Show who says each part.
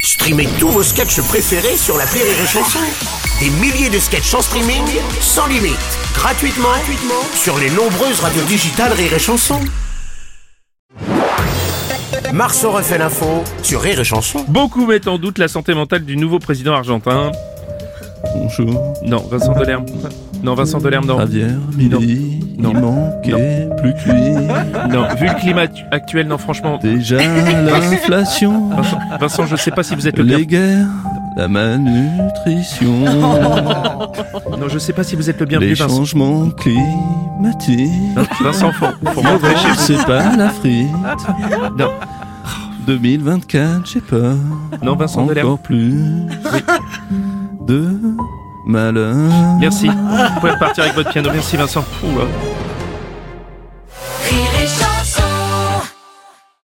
Speaker 1: Streamez tous vos sketchs préférés sur la Rire et Chanson. Des milliers de sketchs en streaming, sans limite, gratuitement, gratuitement sur les nombreuses radios digitales Rire et Chanson. Marceau refait l'info sur Rire et Chanson.
Speaker 2: Beaucoup mettent en doute la santé mentale du nouveau président argentin.
Speaker 3: Bonjour.
Speaker 2: Non, Vincent Delerme. Non, Vincent Delerme, non.
Speaker 3: Javier, Milly,
Speaker 2: Non.
Speaker 3: il manquait plus que lui.
Speaker 2: Non, vu le climat actu- actuel, non, franchement.
Speaker 3: Déjà l'inflation,
Speaker 2: Vincent, Vincent, je sais pas si vous êtes le
Speaker 3: les
Speaker 2: bien.
Speaker 3: guerres, la malnutrition,
Speaker 2: Non, je sais pas si vous êtes le bienvenu,
Speaker 3: les
Speaker 2: Vincent.
Speaker 3: changements climatiques.
Speaker 2: Vincent, faut, faut rentrer chez
Speaker 3: Novembre, c'est pas la frite.
Speaker 2: Non.
Speaker 3: 2024, j'ai peur.
Speaker 2: Non, Vincent Delerme.
Speaker 3: Encore plus de malheur.
Speaker 2: Merci. Vous pouvez repartir avec votre piano. Merci, Vincent. Ouh là.